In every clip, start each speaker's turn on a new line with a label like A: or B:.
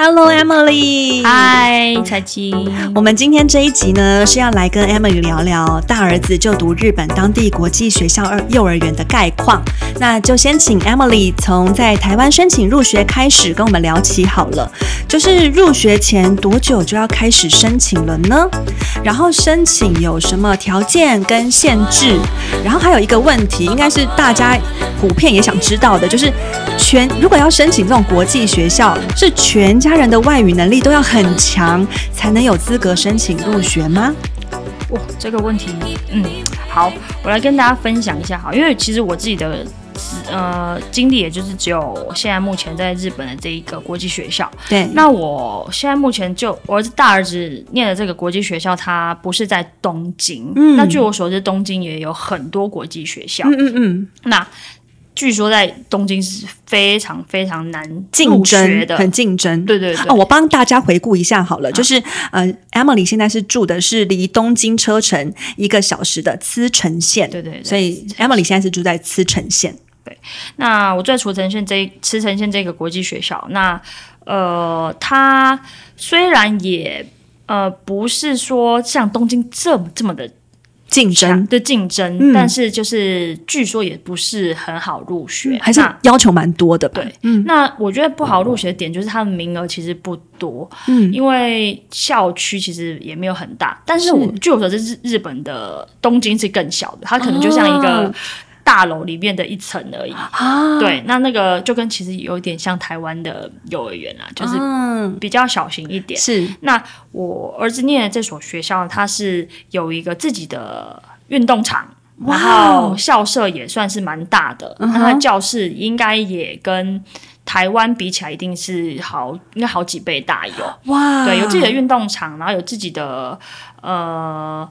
A: Hello Emily，
B: 嗨，彩琪，
A: 我们今天这一集呢是要来跟 Emily 聊聊大儿子就读日本当地国际学校二幼儿园的概况。那就先请 Emily 从在台湾申请入学开始跟我们聊起好了。就是入学前多久就要开始申请了呢？然后申请有什么条件跟限制？然后还有一个问题，应该是大家普遍也想知道的，就是全如果要申请这种国际学校，是全家人的外语能力都要很强才能有资格申请入学吗？
B: 哇，这个问题，嗯，好，我来跟大家分享一下好，因为其实我自己的呃经历，也就是只有现在目前在日本的这一个国际学校。
A: 对，
B: 那我现在目前就我儿子大儿子念的这个国际学校，它不是在东京。
A: 嗯
B: 那据我所知，东京也有很多国际学校。
A: 嗯嗯嗯，
B: 那据说在东京是非常非常难
A: 竞
B: 入学
A: 争
B: 的，
A: 很竞争。
B: 对对对。
A: 哦，我帮大家回顾一下好了，就是呃，Emily 现在是住的是离东京车程一个小时的茨城县，
B: 对对对，
A: 所以 Emily 现在是住在茨城县。
B: 那我在除城县这茨城县这个国际学校，那呃，它虽然也呃不是说像东京这么这么的
A: 竞
B: 强
A: 争
B: 的竞争，
A: 嗯
B: 但是就是据说也不是很好入学，
A: 嗯还是
B: 那
A: 要求蛮多的吧？
B: 对，那我觉得不好入学的点就是它的名额其实不多，
A: 嗯，
B: 因为校区其实也没有很大，但是我
A: 是
B: 据我所知，日日本的东京是更小的，它可能就像一
A: 哦
B: 个大楼里面的一层而已。
A: 啊，
B: 对，那那个就跟其实有点像台湾的幼儿园啦，就是
A: 嗯，
B: 比较小型一点。
A: 是
B: 那我儿子念的这所学校，它是有一个自己的运动场。
A: 哇哦
B: 然后校舍也算是蛮大的，那
A: 嗯哼
B: 它的教室应该也跟台湾比起来，一定是好应该好几倍大有。
A: 哇，
B: 对，有自己的运动场，然后有自己的呃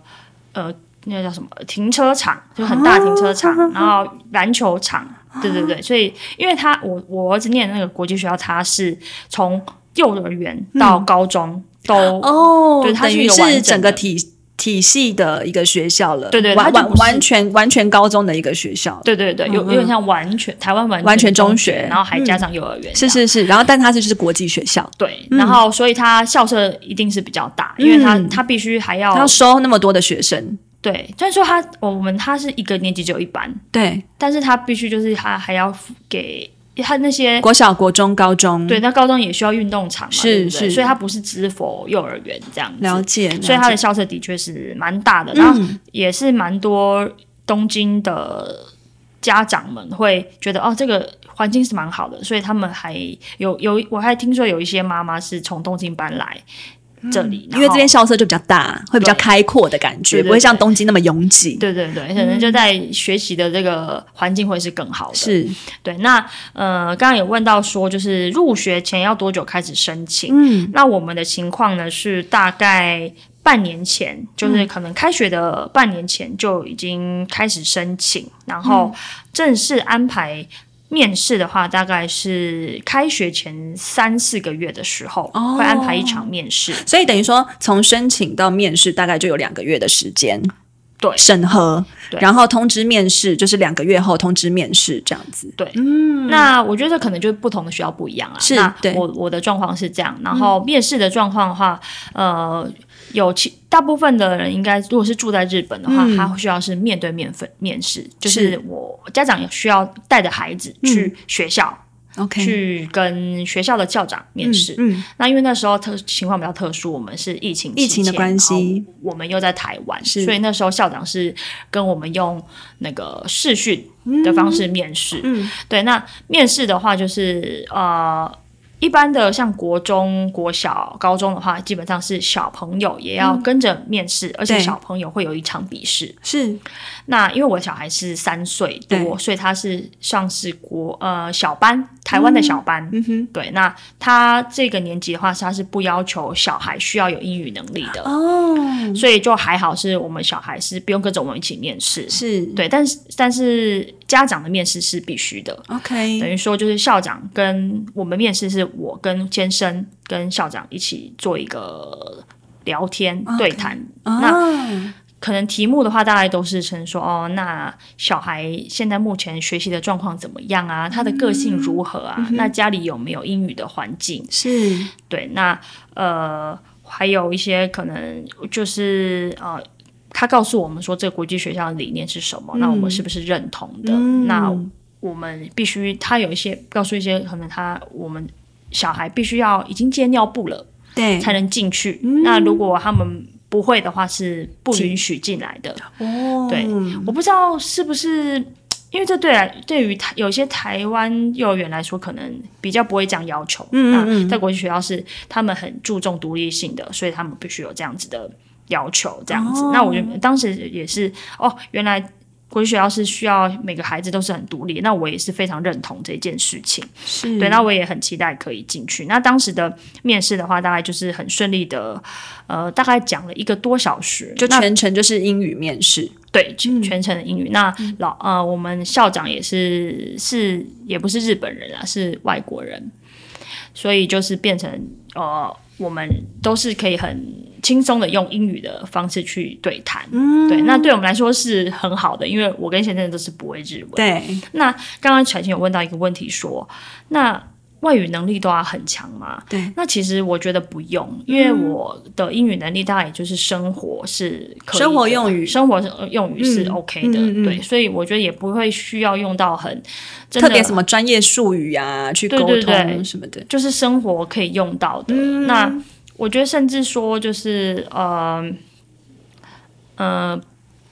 B: 呃那个叫什么停车场，就很大的停车场，
A: 哦
B: 然后篮球场，对对对，所以因为他我我儿子念的那个国际学校，他是从幼儿园到高中、都。
A: 嗯哦，
B: 对它
A: 等
B: 是
A: 于
B: 一个完
A: 是
B: 整
A: 整
B: 的
A: 个体体系的一个学校了，
B: 对对它
A: 完
B: 就
A: 完
B: 不是
A: 完全完全高中的一个学校，
B: 对对对，有有点像完全台湾完
A: 嗯完全中
B: 中
A: 学嗯
B: 然后还加上幼儿园这
A: 是
B: 样，
A: 是是，然后但它是就是国际学校，
B: 对，然后所以他校舍一定是比较大，因为他
A: 嗯
B: 他必须还要
A: 它要收那么多的学生，
B: 对，虽然说他我们他是一个年级只有一班，
A: 对，
B: 但是他必须就是他还要给他那些
A: 国小、国中、高中，
B: 对，，那高中也需要运动场嘛，
A: 是
B: 对不对
A: 是
B: 所以他不是只否幼儿园这样
A: 了
B: 子，
A: 解，了
B: 所以他
A: 解
B: 的校舍的确是蛮大的，然后
A: 嗯
B: 也是蛮多东京的家长们会觉得哦，这个环境是蛮好的，所以他们还有有我还听说有一些妈妈是从东京搬来这里，
A: 嗯因为这边
B: 然后
A: 校舍就比较大，会比较
B: 对
A: 开阔的感觉，
B: 对对
A: 不会像
B: 对
A: 东京那么拥挤，
B: 对对对，可能就在学习的这个环境会是更好的，
A: 是，
B: 对，那呃，刚刚有问到说，就是入学前要多久开始申请？
A: 嗯，
B: 那我们的情况呢是大概半年前，就是
A: 嗯
B: 可能开学的半年前就已经开始申请，然
A: 嗯
B: 后正式安排面试的话，大概是开学前三四个月的时候、
A: 哦
B: 会安排一场面试。
A: 所以等于说，从申请到面试大概就有两个月的时间，
B: 对
A: 审核，
B: 对
A: 然后通知面试，就是两个月后通知面试这样子。
B: 对，嗯，那我觉得这可能就是不同的学校不一样啊。
A: 是
B: 那
A: 对嗯
B: 我我的状况是这样，然后面试的状况的话，呃，有其大部分的人应该如果是住在日本的话，
A: 嗯
B: 他需要是面对面分面试，就是
A: 是嗯
B: 我家长也需要带着孩子去学校、
A: OK，
B: 去跟学校的校长面试。
A: 嗯嗯，嗯
B: 那因为那时候特情况比较特殊，我们是疫情
A: 疫情的
B: 期间
A: 关系，
B: 然后我们又在台湾，
A: 是
B: 所以那时候校长是跟我们用那个视讯的方式面试。
A: 嗯
B: 对，那面试的话就是呃。一般的像国中、国小、高中的话，基本上是小朋友也要跟着面试，而
A: 嗯
B: 且
A: 对
B: 小朋友会有一场笔试。
A: 是
B: 那因为我小孩是三岁多，
A: 对
B: 所以他是上是国呃小班，台湾的小班。嗯哼，对，那他这个年级的话，他是不要求小孩需要有英语能力的，
A: 哦，
B: 所以就还好是我们小孩是不用跟着我们一起面试。
A: 是
B: 对，但是但是家长的面试是必须的，等
A: ，OK，
B: 于说就是校长跟我们面试，是我跟先生跟校长一起做一个聊天
A: OK
B: 对谈。
A: 哦，
B: 可能题目的话，大概都是称说哦，那小孩现在目前学习的状况怎么样啊？他的个性如何啊？那家里有没有英语的环境？
A: 是
B: 对，那呃，还有一些可能就是呃，他告诉我们说这个国际学校的理念是什么，那我们是不是认同的？那我们必须，他有一些告诉一些可能他我们小孩必须要已经戒尿布了
A: 对嗯
B: 才能进去，那如果他们不会的话是不允许进来的。
A: 哦
B: 对我不知道是不是。因为这对来对于台有些台湾幼儿园来说，可能比较不会这样要求。
A: 嗯嗯
B: 那在国际学校是他们很注重独立性的，所以他们必须有这样子的要求，这样子。
A: 哦
B: 那我觉得当时也是哦，原来国际学校是需要每个孩子都是很独立，那我也是非常认同这件事情。
A: 是
B: 对，那我也很期待可以进去。那当时的面试的话，大概就是很顺利的，呃，大概讲了一个多小时，
A: 就
B: 那
A: 全程就是英语面试，
B: 对，全全程的英语。那老呃，我们校长也是是也不是日本人啊，是外国人，所以就是变成呃，我们都是可以很轻松的用英语的方式去对谈。嗯，对，那对我们来说是很好的，因为我跟先生都是不会日文。
A: 对，
B: 那刚刚彩琴有问到一个问题说，那外语能力都要很强吗？
A: 对，
B: 那其实我觉得不用，因为我的英语能力大概也就是生活是可以的
A: 生活用语
B: 生活呃用语是
A: 嗯
B: OK 的，
A: 嗯嗯嗯
B: 对，所以我觉得也不会需要用到很真的
A: 特别什么专业术语啊，去
B: 对
A: 沟
B: 对
A: 通
B: 对
A: 什么的，
B: 就是生活可以用到的。那我觉得甚至说就是呃呃，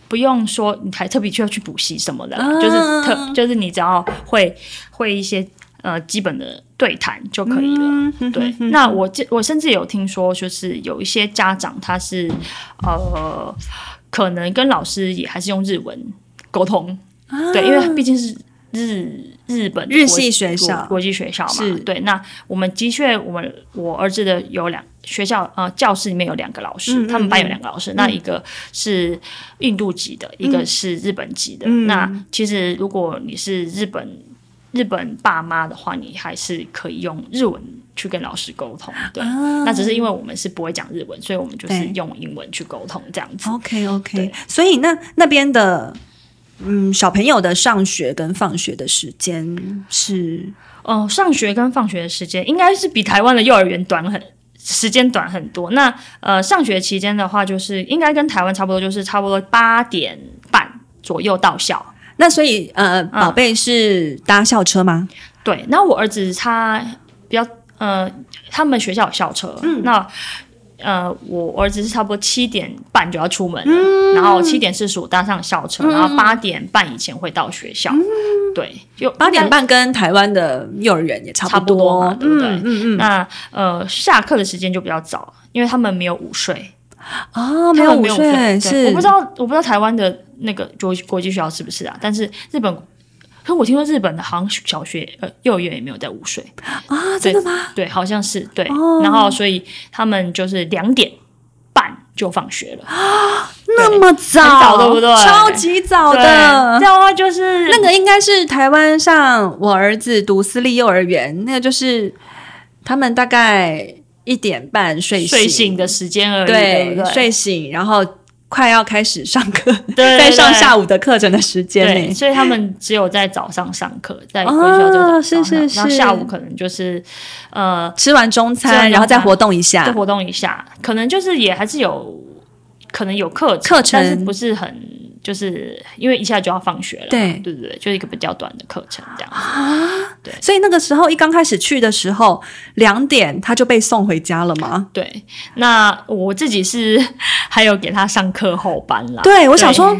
B: 不用说你还特别去要去补习什么的啦，
A: 啊
B: 就是特就是你只要会会一些呃基本的对谈就可以了。
A: 嗯
B: 对，那我这我甚至有听说，就是有一些家长他是呃，可能跟老师也还是用日文沟通，对，因为毕竟是日日本的
A: 啊日
B: 国
A: 系学校
B: 国国际学校嘛
A: 是，
B: 对。那我们的确，我们我儿子的有两学校呃教室里面有两个老师，
A: 嗯嗯
B: 他们班有两个老师，那一个是印度籍的，一个是日本籍的。
A: 嗯
B: 那其实如果你是日本日本爸妈的话，你还是可以用日文去跟老师沟通，对。那只是因为我们是不会讲日文，所以我们就是
A: 对
B: 用英文去沟通这样子。
A: OK OK，
B: 对
A: 所以那那边的嗯小朋友的上学跟放学的时间是
B: 哦、上学跟放学的时间应该是比台湾的幼儿园短很。时间短很多，那呃，上学期间的话，就是应该跟台湾差不多，就是差不多八点半左右到校。
A: 那所以呃宝贝是搭校车吗？
B: 对，那我儿子他比较呃，他们学校有校车，
A: 嗯
B: 那呃，我儿子是差不多七点半就要出门了，
A: 嗯
B: 然后七点四十五搭上校车，然后八点半以前会到学校。对，就
A: 嗯八点半跟台湾的幼儿园也差
B: 差不
A: 多，
B: 多嘛，对不对？
A: 嗯嗯嗯，
B: 那呃，下课的时间就比较早，因为他们没有午睡，
A: 哦，
B: 他
A: 没有
B: 们
A: 午
B: 没有午
A: 睡
B: 睡。对
A: 是，
B: 我不知道，我不知道台湾的那个国国际学校是不是啊？但是日本，可我听说日本的好像小学呃幼儿园也没有在午睡，
A: 啊，真的吗？哦
B: 对，好像是对。然后所以他们就是两点半就放学了，
A: 那么早，
B: 很早对不对
A: 超级早
B: 对，
A: 的
B: 这样。的话就是
A: 那个应该是台湾上我儿子读私立幼儿园，那个就是他们大概一点半睡醒
B: 睡醒的时间而已，对
A: 对
B: 不对，
A: 睡醒，然后快要开始上课，
B: 对
A: 在上
B: 对
A: 下午的课程的时间
B: 对，
A: 内，
B: 所以他们只有在早上上课，在
A: 哦
B: 学校就早上
A: 是是
B: 然后
A: 是
B: 下午可能就是呃
A: 吃完中
B: 吃完中
A: 餐，
B: 餐
A: 然后再活动一下
B: 再，活动一下，可能就是也还是有可能有课
A: 课程
B: 但是不是很就是因为一下就要放学了嘛，
A: 对
B: 对对对，就是一个比较短的课程这样子。
A: 所以那个时候一刚开始去的时候，两点他就被送回家了吗？
B: 对，那我自己是 还有给他上课后班啦。
A: 对，我想说，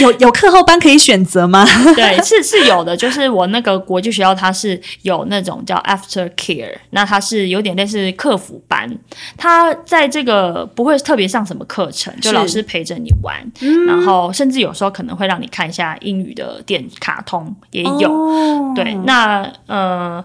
A: 有有课后班可以选择吗？
B: 对，是是有的，就是我那个国际学校，它是有那种叫 after care，那它是有点类似客服班，它在这个不会特别上什么课程，就是老师陪着你玩，然后甚至有时候可能会让你看一下英语的电卡通也有，
A: 哦
B: 对，那呃，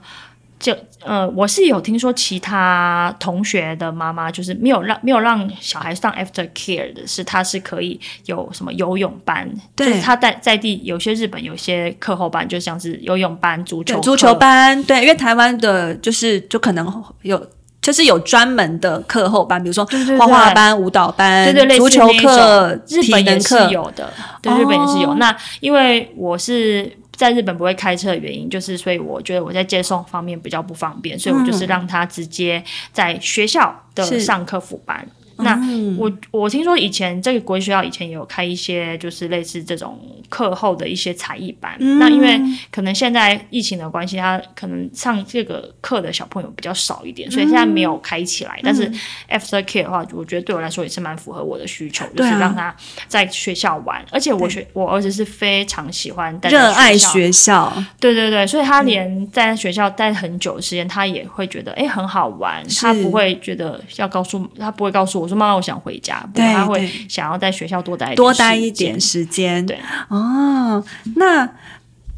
B: 就呃，我是有听说其他同学的妈妈就是没有让没有让小孩上 after care 的是，她是可以有什么游泳班，
A: 对
B: 就是她在在地有些日本有些课后班，就像是游泳班、足
A: 对
B: 球课
A: 足球。班，对，因为台湾的就是就可能有。就是有专门的课后班，比如说
B: 对对对
A: 画画班、舞蹈班、
B: 对对，类似
A: 足球
B: 那一
A: 课、
B: 种日
A: 体
B: 本也
A: 能
B: 是
A: 课，
B: 有的，对，日本也是有。
A: 哦
B: 那因为我是在日本不会开车的原因，就是所以我觉得我在接送方面比较不方便，所以我就是让他直接在学校
A: 嗯是
B: 的上课辅班。那
A: 嗯
B: 我我听说以前这个国际学校以前也有开一些就是类似这种课后的一些才艺班，
A: 嗯
B: 那因为可能现在疫情的关系，他可能上这个课的小朋友比较少一点，所以现在
A: 嗯
B: 没有开起来。但是 after care 的话，我觉得对我来说也是蛮符合我的需求，就
A: 对啊
B: 是让他在学校玩。而且我学我儿子是非常喜欢待在
A: 热爱
B: 校
A: 学嗯校
B: 对对对，所以他连在学校待很久的时间，他也会觉得哎很好玩，
A: 是
B: 他不会觉得要告诉他不会告诉我说妈妈我想回家，不过
A: 对
B: 他会
A: 对
B: 想要在学校多待
A: 多待
B: 哎时
A: 一
B: 间
A: 点。时间。
B: 对
A: 哦，那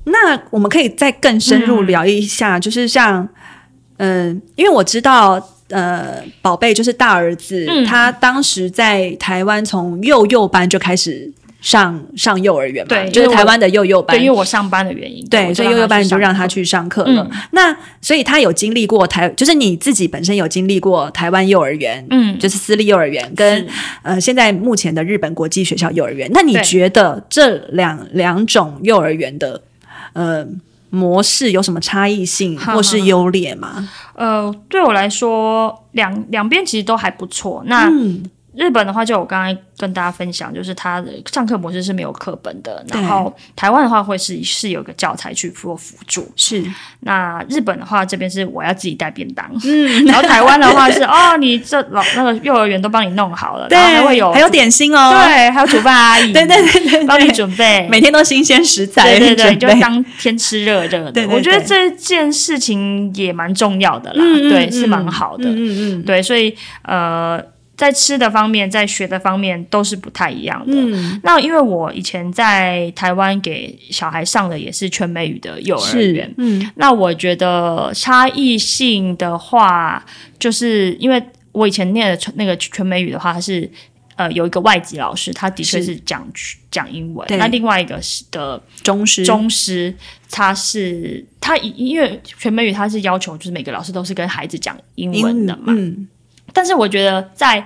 A: 那我们可以再更深
B: 嗯
A: 入聊一下，就是像嗯、因为我知道。呃，宝贝就是大儿子，
B: 嗯
A: 他当时在台湾从幼幼班就开始上上幼儿园嘛，
B: 对
A: 就是
B: 因为我
A: 台湾的幼幼班
B: 对，，因为我上班的原因，
A: 对，
B: 我
A: 所
B: 就
A: 以幼幼班你就让他
B: 上
A: 去上课
B: 课嗯
A: 了。。那所以他有经历过台，就是你自己本身有经历过台湾幼儿园，
B: 嗯嗯，
A: 就是私立幼儿园跟呃现在目前的日本国际学校幼儿园。那你
B: 对
A: 觉得这两两种幼儿园的呃模式有什么差异性
B: 哈哈
A: 或是优劣吗？
B: 呃，对我来说，两两边其实都还不错。那、
A: 嗯，
B: 日本的话，就我刚才跟大家分享，就是它的上课模式是没有课本的，
A: 对
B: 然后台湾的话会是是有一个教材去做辅助。
A: 是
B: 那日本的话，这边是我要自己带便当，嗯， 然后台湾的话是哦，你这老那个幼儿园都帮你弄好 了，
A: 对，
B: 然后还会有
A: 还有点心哦，
B: 对，还有煮饭阿 姨，
A: 对对对对对
B: 帮你准备，
A: 每天都新鲜食材，
B: 对对对，就
A: 准备
B: 当天吃热热的。
A: 对对对
B: 我觉得这件事情也蛮重要的啦，
A: 嗯嗯
B: 对，
A: 嗯
B: 是蛮好的。
A: 嗯嗯嗯
B: 对，所以呃，在吃的方面，在学的方面都是不太一样的。
A: 嗯，
B: 那因为我以前在台湾给小孩上的也是全美语的幼儿园
A: 是，嗯
B: 那我觉得差异性的话，就是因为我以前念的全那个全美语的话，它是呃有一个外籍老师，他的确
A: 是
B: 是讲讲英文，
A: 对
B: 那另外一个是的
A: 中式
B: 中师，他是他以因为全美语他是要求就是每个老师都是跟孩子讲英文的嘛，
A: 嗯
B: 但是我觉得在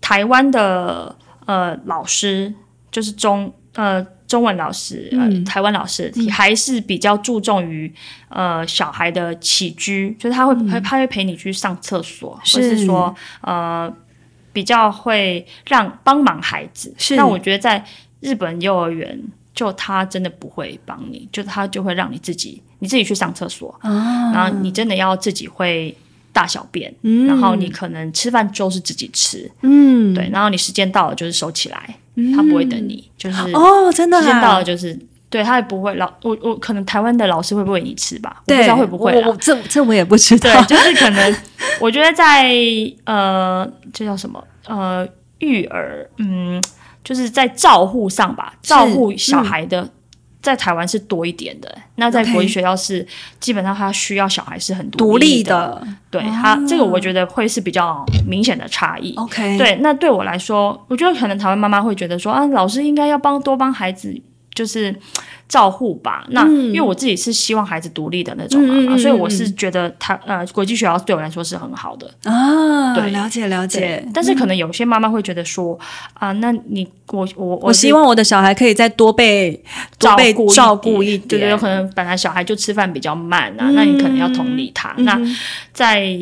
B: 台湾的呃老师，就是中呃中文老师、呃
A: 嗯
B: 台湾老师，还是比较注重于呃小孩的起居，就是他会、他他会陪你去上厕所，
A: 嗯是
B: 或是说呃比较会让帮忙孩子。
A: 是
B: 那我觉得在日本幼儿园，就他真的不会帮你，就他就会让你自己你自己去上厕所，
A: 啊
B: 然后你真的要自己会大小便。
A: 嗯
B: 然后你可能吃饭就是自己吃，
A: 嗯
B: 对，然后你时间到了就是收起来，他不会等你，就是时
A: 哦，真的啊
B: 间到了就是，对他也不会老我我可能台湾的老师会不会你吃吧，我
A: 对，
B: 不知道会不会
A: 我
B: 啦
A: 我，这这我也不知道
B: 对，，就是可能我觉得在呃这叫什么呃育儿，嗯，就是在照护上吧，
A: 是嗯
B: 照护小孩的。在台湾是多一点的，那在国际
A: OK
B: 学校是基本上他需要小孩是很
A: 独
B: 立
A: 立的
B: 对他、这个
A: 哦
B: 我觉得会是比较明显的差异。
A: ，OK，，
B: 对，那对我来说，我觉得可能台湾妈妈会觉得说啊，老师应该要帮多帮孩子就是照护吧。那、因为我自己是希望孩子独立的那种妈妈，
A: 嗯嗯嗯嗯
B: 所以我是觉得台呃国际学校对我来说是很好的。
A: 啊，
B: 对
A: 了解了
B: 对
A: 解，。
B: 但是可能有些妈妈会觉得说啊、那你我我
A: 我希
B: 望。
A: 望我的小孩可以再多被多
B: 照
A: 被
B: 顾
A: 照顾一
B: 对对，有可能本来小孩就吃饭比较慢啊，那你可
A: 嗯
B: 能要同理他。那在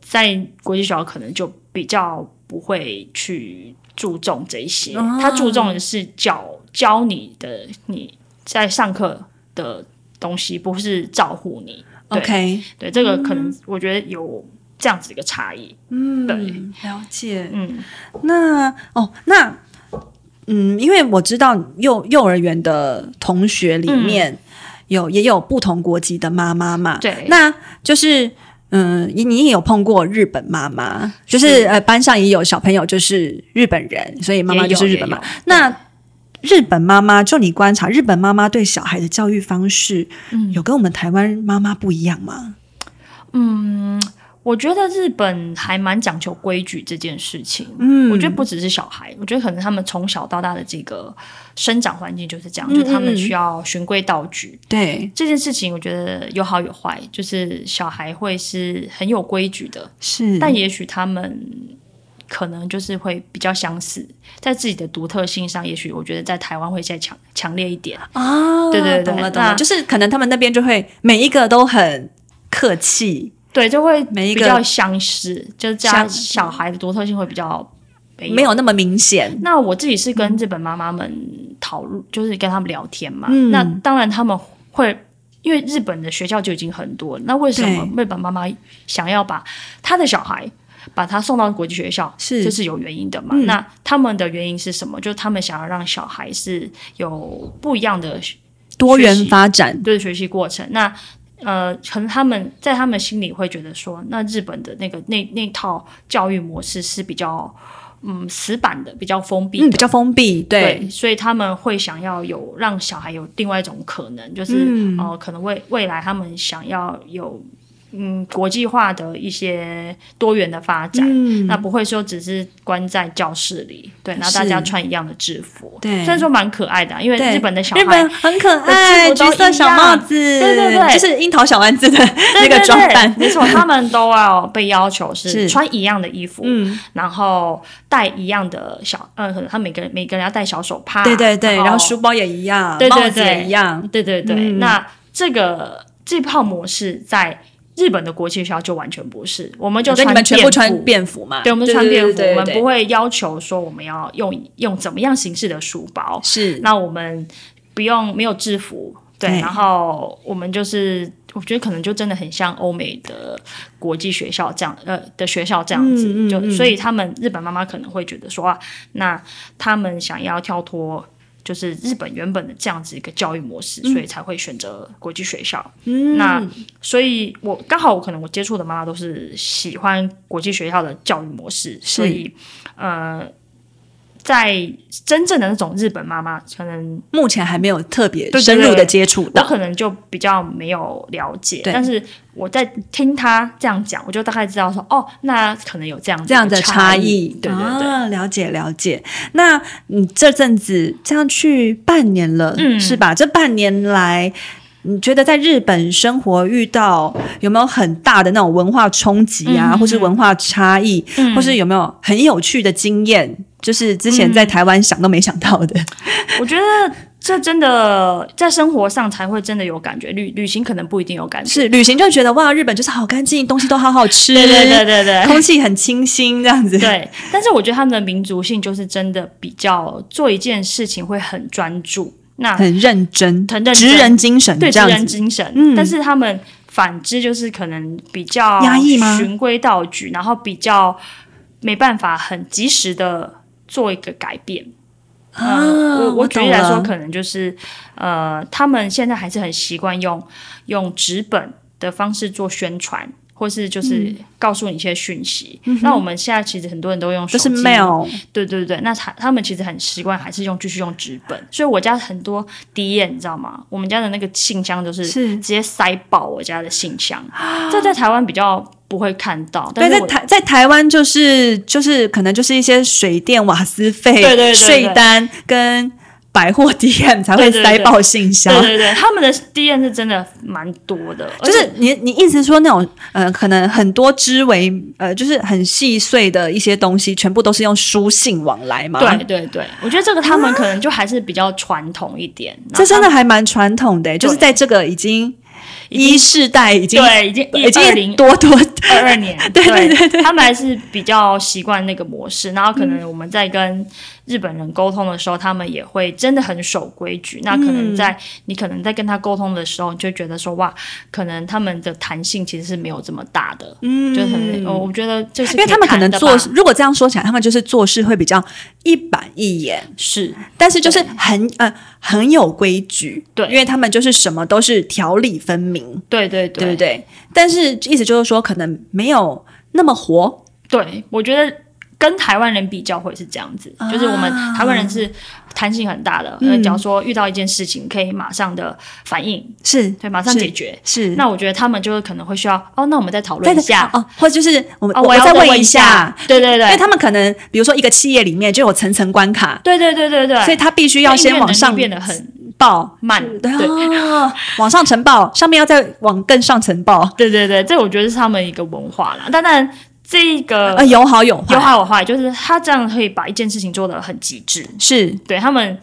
B: 在国际学校可能就比较不会去注重这一些，
A: 哦
B: 他注重的是教教你的你在上课的东西，不是照顾你。对
A: OK，
B: 对，这个可能我觉得有这样子一个差异。
A: 嗯，
B: 对
A: 了解。
B: 嗯，
A: 那哦，那嗯，因为我知道幼幼儿园的同学
B: 嗯
A: 里面、有也有不同国籍的妈妈嘛，
B: 对
A: 那就是。嗯，你你也有碰过日本妈妈，就是
B: 是
A: 呃班上也有小朋友就是日本人，所以妈妈
B: 也有
A: 就是日本
B: 也
A: 妈
B: 有。
A: 那日本妈妈，就你观察，日本妈妈对小孩的
B: 嗯
A: 教育方式，有跟我们台湾妈妈不一样吗？
B: 我觉得日本还蛮讲求规矩这件事情。
A: 嗯，
B: 我觉得不只是小孩，我觉得可能他们从小到大的这个生长环境就是
A: 嗯
B: 这样，就是他们需要循规蹈矩。
A: 对，
B: 这件事情我觉得有好有坏，就是小孩会是很有规矩的，
A: 是，
B: 但也许他们可能就是会比较相似，在自己的独特性上，也许我觉得在台湾会再强强烈一点。
A: 啊，
B: 对对对
A: 懂了懂
B: 那
A: 了，就是可能他们那边就会每一个都很客气，
B: 对，就会
A: 每一
B: 比
A: 个
B: 较相似，就是家
A: 相
B: 小孩的独特性会比较没有。
A: 没有那么明显。
B: 那我自己是跟日本妈妈们讨论，就是跟他们聊天嘛。
A: 嗯
B: 那当然他们会，因为日本的学校就已经很多了，那为什么日本妈妈想要把她的小孩把他送到国际学校，
A: 是
B: 这是有原因的嘛？
A: 嗯
B: 那他们的原因是什么？就是他们想要让小孩是有不一样的
A: 多
B: 学
A: 元
B: 习
A: 发展，
B: 对学习过程。那呃，可能他们在他们心里会觉得说，那日本的那个那那套教育模式是比较嗯死板的，比较封闭的，
A: 嗯，比较封闭，对，
B: 所以他们会想要有让小孩有另外一种可能，就是、
A: 嗯
B: 呃，可能未未来他们想要有嗯国际化的一些多元的发展。
A: 嗯
B: 那不会说只是关在教室里，对，然后
A: 是
B: 大家穿一样的制服，
A: 对
B: 虽然说蛮可爱的啊，因为
A: 对
B: 日本的小
A: 日
B: 孩
A: 本很可爱，
B: 的制服
A: 橘
B: 都
A: 色小
B: 一样
A: 帽子，对
B: 对对
A: 就是樱桃小丸子的那
B: 对
A: 个
B: 对
A: 装
B: 对
A: 扮，
B: 没错，他们都要被要求是
A: 是
B: 穿一样的衣服，
A: 嗯，
B: 然后戴一样的小，嗯，可能他每个人每个人要戴小手帕，
A: 对对对，
B: 然
A: 然后书包也一样，
B: 啊对对
A: 帽子也
B: 对
A: 一样，
B: 对对对，
A: 嗯
B: 那这个这套模式在日本的国际学校就完全不是，我们就
A: 就
B: 穿
A: 你们全部
B: 便
A: 穿
B: 服。
A: 便服嘛，
B: 对，我们穿便服，
A: 对
B: 我们
A: 对
B: 不会要求说我们要用用怎么样形式的书包，
A: 是
B: 那我们不用没有制服，对，
A: 对
B: 然后我们就是我觉得可能就真的很像欧美的国际学校这样，呃的学校这样子，
A: 嗯嗯
B: 就
A: 嗯
B: 所以他们日本妈妈可能会觉得说啊，那他们想要跳脱。就是日本原本的这样子一个教育模式，所以才会选择国际学校。
A: 嗯
B: 那所以我刚好我可能我接触的妈妈都是喜欢国际学校的教育模式，
A: 是
B: 所以呃，在真正的那种日本妈妈，可能
A: 目前还没有特别
B: 对对
A: 深入
B: 对
A: 的接触
B: 我
A: 到，
B: 可能就比较没有了解，
A: 对
B: 但是我在听她这样讲，我就大概知道说，哦，那可能有这样子
A: 这样的
B: 差
A: 差异，
B: 对对对。
A: 啊，了解了解。那你这阵子这样去半年了，
B: 嗯
A: 是吧？这半年来，你觉得在日本生活遇到有没有很大的那种文化冲击啊，
B: 嗯嗯嗯
A: 或是文化差异，或是有没有很有趣的经验？就是之前
B: 嗯
A: 在台湾想都没想到的，
B: 我觉得这真的在生活上才会真的有感觉，旅旅行可能不一定有感觉。
A: 是旅行就觉得哇，日本就是好干净，东西都好好吃，
B: 对对对对对，
A: 空气很清新，这样子。
B: 对，但是我觉得他们的民族性就是真的比较做一件事情会很专注，那
A: 很认真，
B: 很认真
A: 职人精神，
B: 对
A: 这
B: 职
A: 样
B: 人
A: 子。
B: 精神。
A: 嗯
B: 但是他们反之就是可能比较
A: 压抑吗
B: 循规蹈矩，然后比较没办法很及时的做一个改变。
A: 啊
B: 嗯我我举
A: 懂
B: 例来说，
A: 了
B: 可能就是呃，他们现在还是很习惯用用纸本的方式做宣传。或是
A: 嗯
B: 就是告诉你一些讯息，那我们现在其实很多人都用手
A: 就是
B: 机
A: mail，
B: 对对对，那他他们其实很习惯，还是用继续用纸本，所以我家很多 D 页，你知道吗？我们家的那个信箱就是
A: 是啊
B: 直接塞爆我家的信箱，这在台湾比较不会看到，但
A: 对，
B: 是
A: 在
B: 我
A: 台在台湾就是就是可能就是一些水电瓦斯费、
B: 对对对对
A: 税单跟百货 DM 才会
B: 对对对
A: 塞爆信箱。
B: 对对对，他们的 D 页是真的蛮多的，而
A: 就
B: 且
A: 是你，你意思说那种，呃，可能很多枝为，呃，就是很细碎的一些东西，全部都是用书信往来嘛？
B: 对，对对，我觉得这个他们可能就还是比较传统一点，然
A: 这
B: 后
A: 真的
B: 他们
A: 还蛮传统的、欸就是在这个已经
B: 已经
A: 一世代已经
B: 对已经
A: 已
B: 二零
A: 经多多
B: 二二年，
A: 对对嗯
B: 对他们还是比较习惯那个模式。然后可能我们在跟日本人沟通的时候，他们也会真的很守规矩。那可能
A: 嗯
B: 在、你可能在跟他沟通的时候，你就觉得说哇，可能他们的弹性其实是没有这么大的，嗯，就很、哦、我觉得这是
A: 因为他们可能
B: 以谈的
A: 做
B: 吧
A: 事，如果这样说起来，他们就是做事会比较一板一眼，
B: 是
A: 但是就是很呃很有规矩，
B: 对
A: 因为他们就是什么都是条理分明，
B: 对对
A: 对
B: 对
A: 不对？但是意思就是说，可能没有那么活，
B: 对，我觉得。跟台湾人比较会是这样子，
A: 啊
B: 就是我们台湾人是弹性很大的，
A: 嗯
B: 呃，假如说遇到一件事情，可以马上的反应，
A: 是
B: 对，马上
A: 是
B: 解决。
A: 是。
B: 那我觉得他们就是可能会需要哦，那我们再讨
A: 再
B: 论一下。
A: 哦，或者就是我们、
B: 哦，
A: 我
B: 要
A: 再问
B: 一
A: 一下，，
B: 对对
A: 因为
B: 对，
A: 他们可能比如说一个企业里面就有层层关卡，
B: 对对对对对，
A: 所以他必须要先往上
B: 变得很
A: 报，
B: 慢，
A: 对
B: 对
A: 啊， 往上层报，上面要再往更上层报，
B: 对对对，这我觉得是他们一个文化啦。当然，这个
A: 呃，有好有坏，
B: 有好有坏，就是他这样可以把一件事情做得很极致。
A: 是
B: 对他们，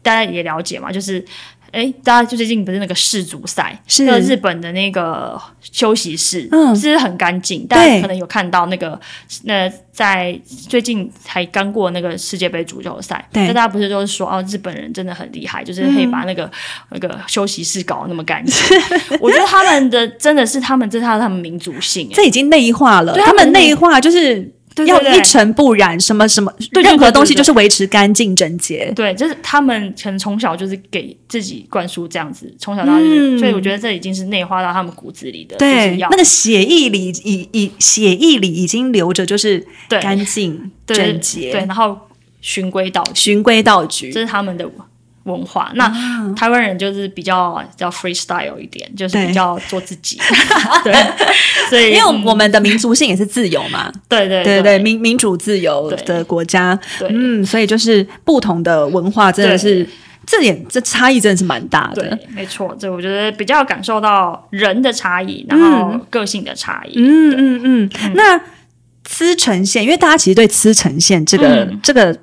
B: 大家也了解嘛，就是。哎，大家就最近不是那个世足赛，
A: 是
B: 那个日本的那个休息室，
A: 嗯
B: 是很干净。大家可能有看到那个，那在最近才刚过那个世界杯足球赛，
A: 对嗯
B: 那大家不是都是说哦，日本人真的很厉害，就是可以把那个、那个休息室搞得那么干净。 我觉得他们的真的是他们，这是他们民族性，哎
A: 这已经内化了，
B: 对
A: 他
B: 他
A: 们
B: 们
A: 内化就是
B: 对对
A: 要
B: 对
A: 一尘不染，什么什么，
B: 对对
A: 任何
B: 对对
A: 东西
B: 对
A: 就是维持干净整洁。
B: 对，就是他们可能从小就是给自己灌输这样子，从小到大、就是
A: 嗯
B: 所以我觉得这已经是内化到他们骨子里的，就
A: 对
B: 是，要
A: 那个血液里已已血液里已经留着就是
B: 对
A: 干净
B: 对
A: 整
B: 对，
A: 洁，
B: 然后循规蹈矩，
A: 循规蹈
B: 这
A: 矩。
B: 是他们的文化。那、台湾人就是比较比较 freestyle 一点，就是
A: 啊对
B: 比较做自己， 对，所以
A: 因为
B: 嗯
A: 我们的民族性也是自由嘛，
B: 对 对
A: 对对，
B: 对
A: 民民主自由
B: 对
A: 的国家，
B: 对
A: 嗯，所以就是不同的文化真的是，这点这差异真的是蛮大的，
B: 对，没错，这我觉得比较感受到人的差异，然后个性的差异。
A: 嗯嗯嗯。那茨城县，因为大家其实对茨城县这个、
B: 嗯
A: 这个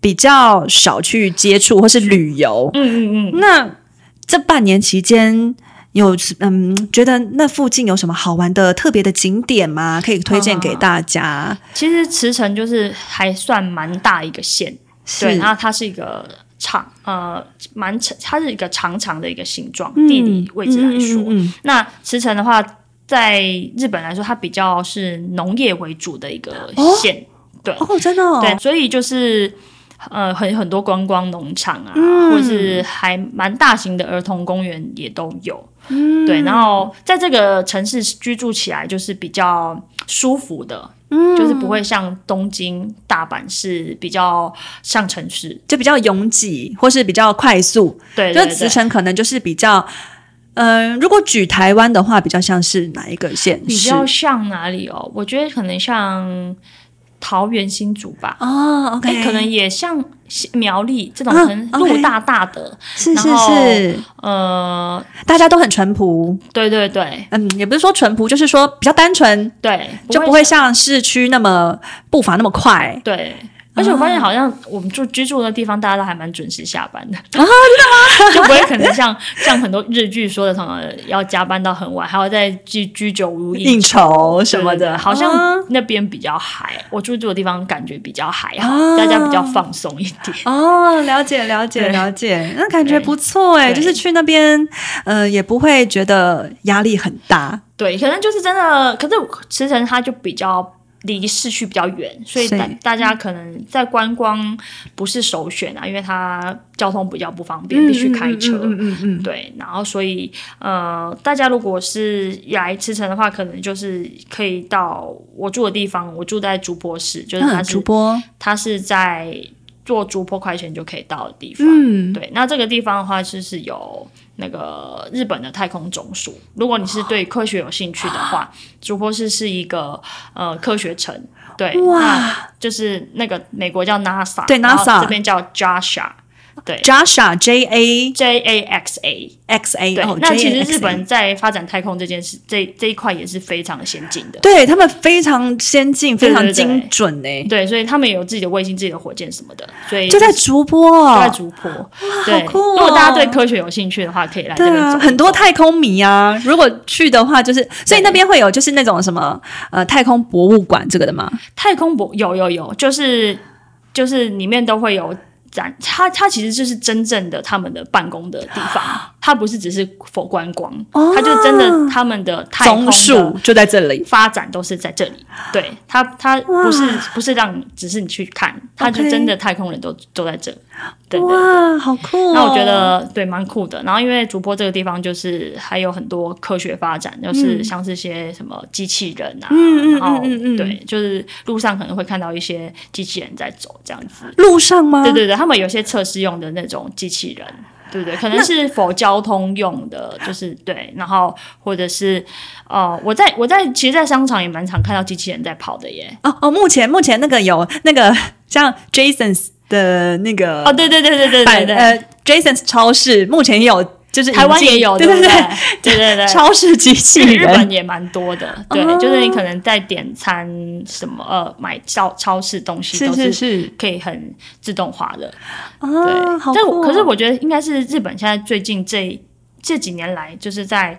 A: 比较少去接触或是旅游，
B: 嗯嗯嗯，
A: 那这半年期间。有嗯，觉得那附近有什么好玩的、特别的景点吗？可以推荐给大家。
B: 其实慈城就是还算蛮大一个县，
A: 是
B: 对，然后它是一个长呃蛮长，它是一个长长的一个形状，
A: 嗯
B: 地理位置来说，
A: 嗯嗯嗯嗯
B: 那茨城的话，在日本来说，它比较是农业为主的一个县，
A: 哦，真的哦，
B: 对，所以就是呃，很很多观光农场啊，
A: 嗯
B: 或是还蛮大型的儿童公园也都有。
A: 嗯
B: 对，然后在这个城市居住起来就是比较舒服的，
A: 嗯
B: 就是不会像东京、大阪是比较像城市，
A: 就比较拥挤或是比较快速，
B: 对
A: 就
B: 对
A: 是慈，
B: 对
A: 城可能就是比较，嗯、如果举台湾的话，比较像是哪一个县
B: 比
A: 市？
B: 较像哪里哦？我觉得可能像桃园、新竹吧，
A: 哦，OK，、
B: 哎可能也像苗栗这种
A: 嗯
B: 可能
A: OK
B: 路大大的，
A: 是
B: 然
A: 是
B: 后
A: 是，
B: 呃，
A: 大家都很淳朴，
B: 对对对
A: 嗯，也不是说淳朴，就是说比较单纯，
B: 对，
A: 就不会像市区那么步伐那么快。
B: 对。而且我
A: 啊
B: 发现，好像我们住居住的地方，大家都还蛮准时下班的啊，真的吗？ 就不会可能像像很多日剧说的，什么要加班到很晚，还要再居居酒屋
A: 应酬什么
B: 对对
A: 的，
B: 对好
A: 啊
B: 像那边比较嗨。我住住的地方感觉比较还好，
A: 啊
B: 大家比较放松一点。
A: 哦，了解了解
B: 对
A: 了解，那感觉不错哎，就
B: 对
A: 是去那边，呃，也不会觉得压力很大。
B: 对，可能就是真的，可是池城它就比较离市区比较远，所以
A: 是
B: 大大家可能在观光不是首选啊，因为它交通比较不方便，必须开车。
A: 嗯嗯嗯嗯嗯，
B: 对，然后所以呃，大家如果是来池城的话，可能就是可以到我住的地方，我住在竹坡市，就是它
A: 那
B: 是、
A: 主播，
B: 它是在坐竹坡快线就可以到的地方。
A: 嗯，
B: 对，那这个地方的话，就是有那个日本的太空总署。如果你是对科学有兴趣的 话，竹坡市是一个呃科学城，对，
A: 哇
B: 那就是那个美国叫 NASA，
A: 对
B: 然后
A: NASA
B: 这边叫 JAXA，对
A: Jasha J A
B: J A X A，
A: X A
B: 对，
A: 哦，
B: 那其
A: JAXA
B: 实日本在发展太空这件事，这这一块也是非常先进的。
A: 对他们非常先进，非
B: 对对
A: 常
B: 对
A: 精准呢、
B: 对，所以他们也有自己的卫星、自己的火箭什么的，所以
A: 就在竹波、
B: 就在
A: 哦，
B: 竹坡。对，
A: 酷哦
B: 如果大家对科学有兴趣的话，可以来这
A: 对
B: 边走
A: 啊，
B: 一
A: 很多
B: 走
A: 太空迷啊。如果去的话，就是所以那边会有就是那种什么呃太空博物馆这个的吗？
B: 太空博有有有，就是就是里面都会有展，它它其实就是真正的他们的办公的地方，它不是只是否观光，
A: 啊哦
B: 它就真的他们的太空
A: 总署
B: 的
A: 就在这里，
B: 发展都是在这里，对它它不是不是让只是你去看，它就
A: OK
B: 真的太空人都都在这，对对
A: 哇，好酷、哦！
B: 那我觉得对蛮酷的。然后因为竹坡这个地方就是还有很多科学发展，就是像是些什么机器人啊，
A: 嗯嗯嗯
B: 然后
A: 嗯嗯
B: 对，就是路上可能会看到一些机器人在走这样子。
A: 路上吗？
B: 对对对，他们有些测试用的那种机器人，对不对？可能是否交通用的，就是对，然后或者是呃，我在我在其实，在商场也蛮常看到机器人在跑的耶。
A: 哦哦，目前目前那个有那个 像 Jasons 的那个
B: 哦，对对对对对
A: 百
B: 对对，
A: 呃 Jasons 超市目前也有，就是
B: 台湾
A: 引进
B: 也有，
A: 对
B: 对
A: 对，
B: 对对对，
A: 超市机器
B: 日
A: 人哦
B: 本也蛮多的，对，就是你可能在点餐什么呃买超超市东西
A: 是
B: 都
A: 是
B: 是
A: 是
B: 可以很自动化的，对。
A: 啊，好酷、
B: 但我
A: 哦！
B: 可是我觉得应该是日本现在最近这这几年来，就是在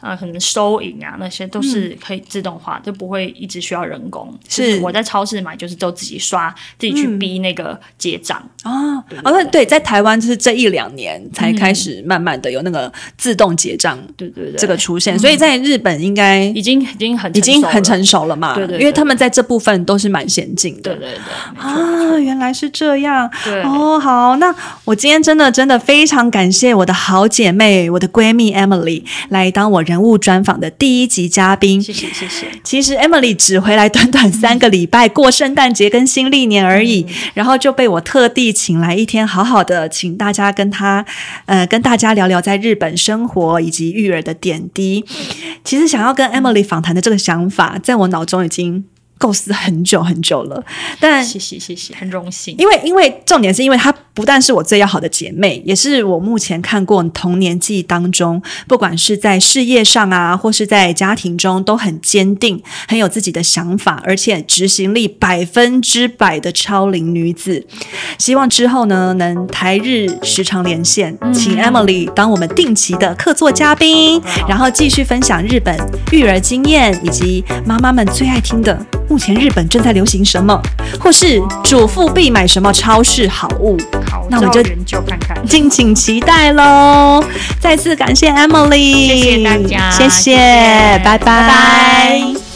B: 呃可能收银啊那些都是可以自动化，就不会一直需要人工。
A: 嗯是
B: 就我在超市买就是都自己刷，自己去逼那个结账。
A: 啊，哦，那对，在台湾就是这一两年才开始慢慢的有那个自动结账
B: 对对对，
A: 这个出现，所以在日本应该
B: 已经已经很
A: 已经
B: 熟了
A: 很成熟了嘛，
B: 对对对
A: 因为他们在这部分都是蛮先进
B: 对
A: 的。
B: 对对没错
A: 啊，原来是这样
B: 对。
A: 哦！好，那我今天真的真的非常感谢我的好姐妹、我的闺蜜 Emily 来当我人物专访的第一集嘉宾。
B: 谢谢谢谢，
A: 其实 Emily 只回来短短三个礼拜，过圣诞节跟新历年而已，然后就被我特地请来一天，好好的请大家跟她，呃，跟大家聊聊在日本生活以及育儿的点滴。其实想要跟 Emily 访谈的这个想法，在我脑中已经构思很久很久了，但
B: 谢谢谢谢，很荣幸。
A: 因为因为重点是因为她不但是我最要好的姐妹，也是我目前看过同年纪当中，不管是在事业上啊，或是在家庭中，都很坚定，很有自己的想法，而且执行力百分之百的超龄女子。希望之后呢，能台日时常连线，请 Emily 当我们定期的客座嘉宾，然后继续分享日本育儿经验，以及妈妈们最爱听的目前日本正在流行什么，或是主妇必买什么超市好物，
B: 好，
A: 那我
B: 们
A: 就
B: 研究看看。
A: 敬请期待喽！再次感谢 Emily，
B: 谢谢大家
A: 谢
B: 谢谢
A: 谢，拜
B: 拜拜